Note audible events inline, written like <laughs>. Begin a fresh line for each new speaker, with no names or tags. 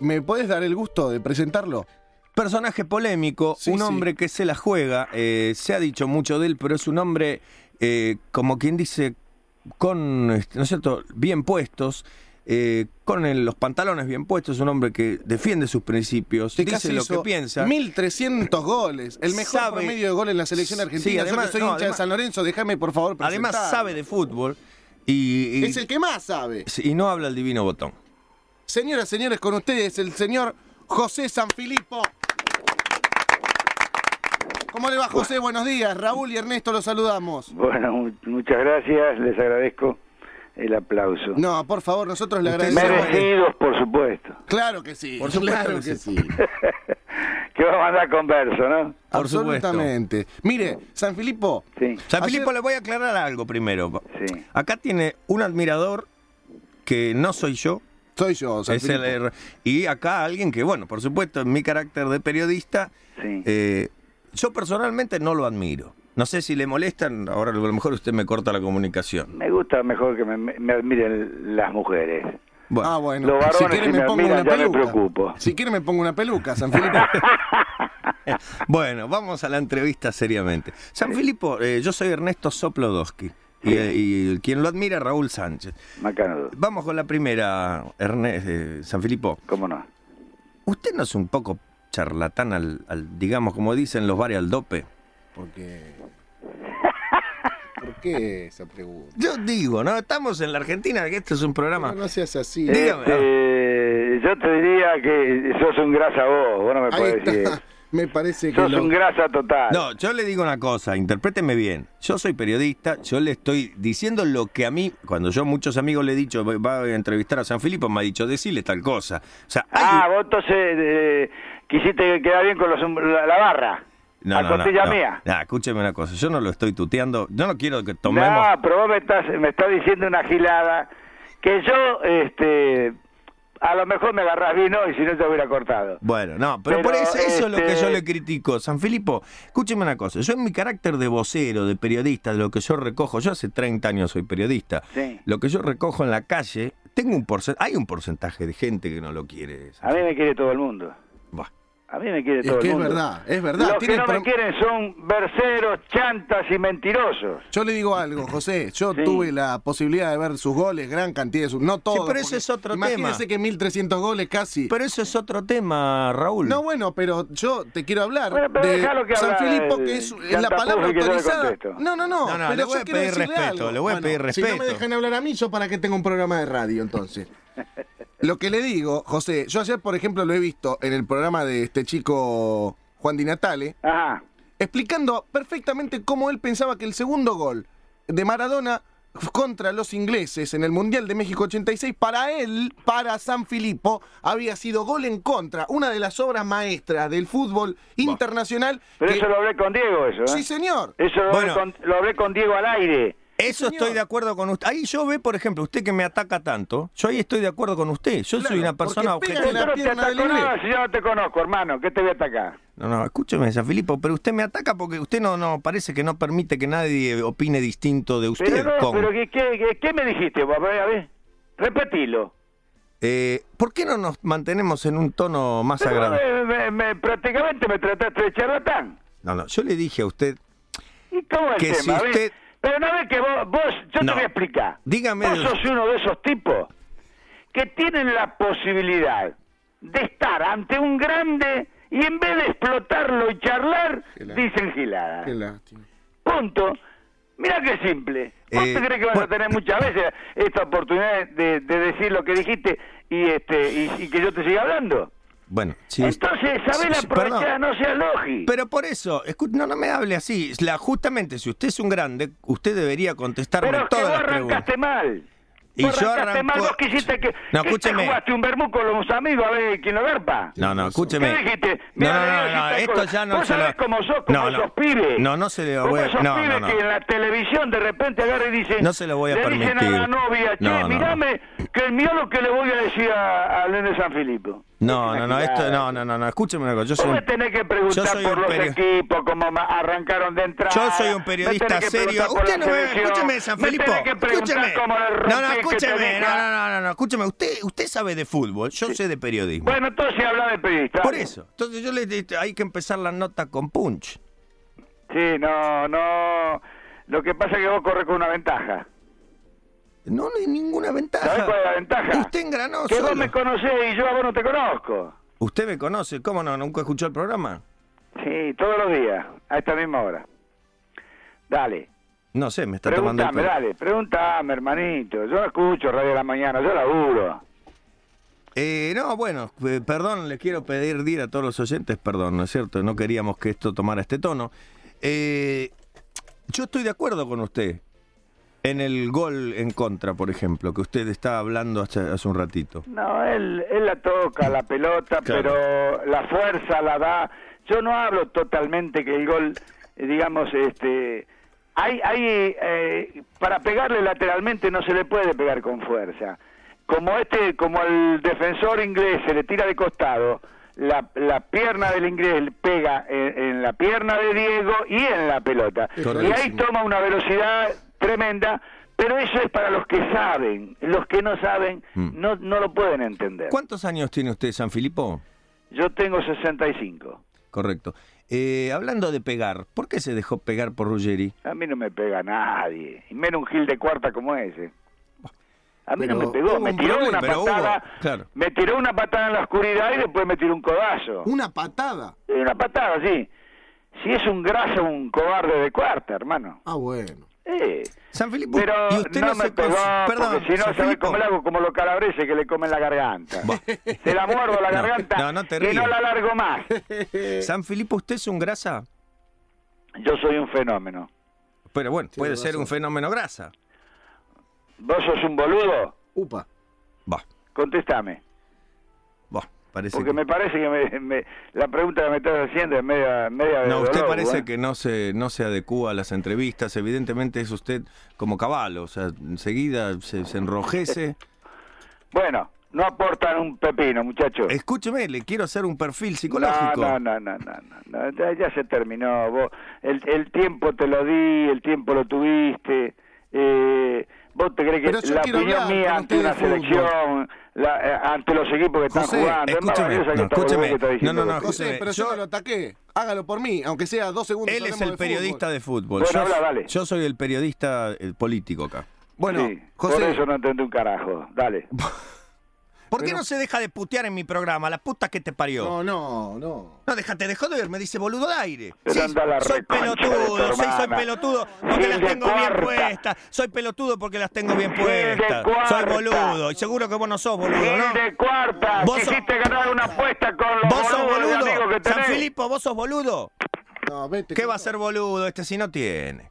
¿Me podés dar el gusto de presentarlo?
Personaje polémico,
Sí,
un
sí.
hombre que se la juega, eh, se ha dicho mucho de él, pero es un hombre, eh, como quien dice, con, este, ¿no es cierto?, bien puestos, eh, con el- los pantalones bien puestos, un hombre que defiende sus principios,
Que
dice
casi
lo
hizo
que piensa.
1300 goles. El mejor
Sabe-
promedio de goles en la selección
Sí,
argentina.
además-
Yo que soy
no,
hincha de
además-
San Lorenzo, déjame por favor presentar.
Además sabe de fútbol y, y-
Es el que más sabe.
y no habla el divino botón.
Señoras, señores, con ustedes el señor José Sanfilippo. ¿Cómo le va, José? Buenos días. Raúl y Ernesto los saludamos.
Bueno, mu- muchas gracias, les agradezco el aplauso.
No, por favor, nosotros le
Usted
agradecemos.
merece-
Merecidos, por supuesto.
Claro que sí.
Por supuesto
claro
que
que sí.
sí.
que vamos a andar con verso, ¿no?
Por supuesto.
Absolutamente. Mire, Sanfilippo,
Sí,
San
Ayer-
Filipo, le voy a aclarar algo primero.
sí.
Acá tiene un admirador que no soy yo,
soy yo,
Es el-
Sanfilippo.
y acá alguien que, bueno, por supuesto, en mi carácter de periodista,
Sí.
eh, yo personalmente no lo admiro. No sé si le molestan, ahora a lo mejor usted me corta la comunicación.
Me gusta mejor que me, me admiren las mujeres.
Bueno,
ah, bueno.
Los varones
si quiere
que
me
me
pongo
admiran
una
ya me
peluca.
preocupo.
Si quiere me pongo una peluca,
<laughs>
Sanfilippo.
eh, bueno, vamos a la entrevista seriamente. San Filipo, eh, yo soy Ernesto Soplodowski y, eh, y quien lo admira Raúl Sánchez.
Macanudo,
Vamos con la primera, Ernest, eh, San Filipo.
¿cómo no?
¿Usted no es un poco charlatán al, al, digamos, como dicen los bares al dope?
¿Por qué? ¿Por qué esa pregunta?
Yo digo, ¿no? Estamos en la Argentina, que este es un programa...
No, no seas así.
Eh, Dígame.
Este, yo te diría que sos un grasa vos, vos no me
Ahí
podés
está.
<laughs>
decir eso.
<laughs> Me parece que
Sos
lo-
un grasa total.
No, yo le digo una cosa, interpréteme bien. Yo soy periodista, yo le estoy diciendo lo que a mí, cuando yo a muchos amigos le he dicho, "Va- va a entrevistar a San Filipo, me ha dicho, decirle tal cosa. O sea, hay
Ah,
un-
vos entonces eh, quisiste quedar bien con los, hom- la, la barra.
no,
a
no, no,
costilla
no.
mía.
Nah, escúcheme una cosa, yo no lo estoy tuteando, yo no quiero que tomemos...
No, pero vos me estás, me estás diciendo una gilada que yo, este, a lo mejor me agarrás vino y si no te hubiera cortado.
Bueno, no, pero,
Pero,
por eso, eso es lo que
este-
yo le critico. San Filipo, escúcheme una cosa, yo en mi carácter de vocero, de periodista, de lo que yo recojo, yo hace 30 años soy periodista,
Sí.
lo que yo recojo en la calle, tengo un porcentaje, hay un porcentaje de gente que no lo quiere. San
A mí me quiere todo el mundo.
Buah.
A mí me quiere
Es
todo
que
el
es
mundo.
verdad, es verdad.
Los
Tiene
que no
pro-
me quieren son berceros, chantas y mentirosos.
Yo le digo algo, José. Yo
Sí.
tuve la posibilidad de ver sus goles, gran cantidad de sus. No todos.
pero ese
porque
es otro
Imagínese
tema.
que 1300 goles casi.
Pero eso es otro tema, Raúl.
No, bueno, pero yo te quiero hablar
Bueno, pero
de
dejalo que
San
habla,
Filipo,
eh,
que es, es la
Santa
palabra
Cruz, que yo le
autorizada.
contesto.
No, no, no.
No, no,
pero
le
yo
voy a
quiero
pedir
decirle
respeto,
algo.
le voy a
Bueno,
pedir
Si no me
respeto.
dejan hablar a mí, yo para qué tengo un programa de radio, entonces. Lo que le digo, José, yo ayer, por ejemplo, lo he visto en el programa de este chico Juan Di Natale,
Ajá.
explicando perfectamente cómo él pensaba que el segundo gol de Maradona contra los ingleses en el Mundial de México 86, para él, para San Filipo, había sido gol en contra, una de las obras maestras del fútbol internacional.
Pero
que-
eso lo hablé con Diego, eso. ¿eh?
Sí, señor.
Eso lo,
Bueno.
hablé con, lo hablé con Diego al aire.
Eso
señor.
estoy de acuerdo con usted. Ahí yo ve, por ejemplo, usted que me ataca tanto, yo ahí estoy de acuerdo con usted. Yo
Claro,
soy una
porque
persona
pega
objetiva.
la
Yo no te
pierna del
ataco
inglés.
nada si yo no te conozco, hermano. ¿Qué te voy a atacar?
No, no, escúcheme, San Filipo, pero usted me ataca porque usted no, no parece que no permite que nadie opine distinto de usted.
Pero no,
con-
pero ¿qué, qué, qué- qué me dijiste? vos? A ver, a ver. Repetilo.
Eh, ¿Por qué no nos mantenemos en un tono más
Pero,
agradable?
eh, me- me- prácticamente me trataste de charlatán.
No, no, yo le dije a usted,
¿Y cómo es
Que
el
si
tema? ¿Ves?
usted-
Pero no ves que vos, vos yo
No.
te voy a explicar.
Dígame
Vos
de-
sos uno de esos tipos que tienen la posibilidad de estar ante un grande y en vez de explotarlo y charlar,
Qué la-
dicen giladas.
Qué lástima.
Punto. Mira qué simple. ¿Vos
Eh,
te crees que vas
bueno.
a tener muchas veces esta oportunidad de, de decir lo que dijiste y este y, y que yo te siga hablando?
bueno, si usted-
Entonces, sabés
Sí, sí,
aprovechar,
perdón.
no seas lógico.
Pero por eso, escu- no, no me hable así. La, justamente, si usted es un grande, usted debería contestarme
Pero es que
todas
vos
las preguntas.
arrancaste mal.
Y
Vos
yo
arrancaste mal,
arranco-
vos quisiste que,
No,
que
escúcheme.
te <laughs> jugaste un vermú con los amigos a ver quién lo garpa.
No, no,
¿Qué
escúcheme.
dijiste?
No,
Mirá,
no,
mirá,
no, no,
si está
esto
con-
ya no
vos
se lo...
sabés cómo sos, como
no, no.
esos pibes.
No, no se lo
Como
voy a...
esos
No, no,
pibes
no.
que en la televisión de repente agarran y dicen...
No se lo voy a
le dicen a
permitir.
la novia, che,
No, no, no.
mirame, que mirá lo que le voy a decir a, a Lene San Filipo.
No,
Es
no,
una
no, esto,
gilada.
no, no, no, no, escúcheme una cosa. Yo
Vos
soy,
me
un-
tenés que preguntar
yo soy
por
un
los
peri-
equipos, cómo ma- arrancaron de entrada.
yo soy un
Me
periodista
tenés que
serio.
preguntar por
Usted
la
no me.
selección.
Escúcheme, San
Me
Felipe.
tenés que preguntar
Escúcheme.
cómo le
No, no,
rompí que te
escúcheme. No,
deja.
no, no, no, no, escúcheme. Usted, usted sabe de fútbol. Yo sé de periodismo.
Bueno, entonces habla de periodista.
Por eso. Entonces yo le le- hay que empezar la nota con punch.
Sí, no, no. Lo que pasa es que vos corres con una ventaja.
No hay ninguna
¿Sabés
ventaja.
cuál es la ventaja?
Usted engranó
que
solo.
vos me conocés y yo a vos no te conozco.
Usted me conoce, ¿cómo no? ¿Nunca escuchó el programa?
Sí, todos los días, a esta misma hora. Dale,
No sé, me está tomando el
pregúntame,
pelo.
dale, pregúntame, hermanito. Yo escucho Radio de la Mañana, yo laburo.
Eh, no, bueno, eh, perdón, les quiero pedir a todos los oyentes, perdón, ¿no es cierto? No queríamos que esto tomara este tono. Eh, yo estoy de acuerdo con usted en el gol en contra, por ejemplo, que usted estaba hablando hace, hace un ratito.
No, él, él la toca, la pelota, pero la fuerza la da. Yo no hablo totalmente que el gol, eh, digamos, este... Hay, hay, eh, para pegarle lateralmente no se le puede pegar con fuerza. Como este, como el defensor inglés se le tira de costado, la, la pierna del inglés pega en, en la pierna de Diego y en la pelota. Y ahí
Correctísimo.
toma una velocidad tremenda, pero eso es para los que saben. Los que no saben
Mm.
no, no lo pueden entender.
¿Cuántos años tiene usted, San Filipo?
Yo tengo 65.
Correcto. Eh, hablando de pegar, ¿por qué se dejó pegar por Ruggeri?
A mí no me pega nadie, y menos un gil de cuarta como ese. A mí no
Pero
me pegó,
hubo
me
un
tiró
problema,
una
pero hubo,
patada,
claro.
me tiró una patada en la oscuridad y después me tiró un codazo.
Una patada.
Y Una patada, sí. Si es un graso, un cobarde de cuarta, hermano.
Ah, bueno.
Eh.
San Filipo,
Pero
¿y usted
no,
no,
me
se cons-
pegó,
Perdón,
porque si no,
San
¿sabés
Filipo.
cómo le hago? Como los calabreses que le comen la garganta. <laughs>
Buah.
Se la muerdo la
<laughs> No,
garganta
no, no te
y no
rías.
la largo más.
<laughs> San Filipo, ¿usted es un grasa?
Yo soy un fenómeno.
Pero bueno, puede
razón.
ser un fenómeno grasa.
¿Vos sos un boludo?
Upa.
Va,
Contestame.
va, parece
Porque
que...
me parece que me- me- la pregunta que me estás haciendo es media... media de
No, usted
dolor,
parece
¿eh?
que no se, no se adecúa a las entrevistas. Evidentemente es usted como caballo, o sea, enseguida se, se enrojece.
Bueno, no aportan un pepino, muchachos.
Escúcheme, le quiero hacer un perfil
No,
psicológico.
no, no, no, no, no, no, ya, ya se terminó. Vos, el, el tiempo te lo di, el tiempo lo tuviste. Eh, vos te crees
Pero
que
yo
la
quiero
opinión
hablar
mía
con
ante
usted
una
de fútbol.
selección, la- eh, ante los equipos que
José,
están jugando, es más
escúcheme,
valiosa que
no,
esta
escúcheme.
boludez que está
No,
diciendo
no, no,
vos.
José, pero yo
yo-
no lo ataqué. Hágalo por mí, aunque sea dos segundos.
Él es
hablemos
el
de fútbol.
periodista de fútbol.
Bueno,
yo,
habla, dale.
yo soy el periodista eh, político acá.
Bueno,
Sí, por
José,
eso no entendí un carajo. Dale.
¿Por qué
Pero-
no se deja de putear en mi programa? La puta que te parió.
no, no, no.
No, déjate de joder, me dice boludo de aire.
Pero
Sí,
anda la
soy
reconcha de tu
pelotudo, sí, soy
hermana.
pelotudo
Gil
porque las
de
tengo bien
cuarta.
puestas. Soy pelotudo porque las tengo bien
Gil de
puestas. Soy
cuarta.
boludo, y seguro que vos no sos boludo,
Gil
¿no?
de cuarta,
Vos sos-
quisiste ganar una apuesta con los
Vos sos
boludos de
boludo.
amigos que
San
tenés.
Filipo, vos sos boludo.
No, vete.
¿Qué
con-
va a ser boludo este si no tiene?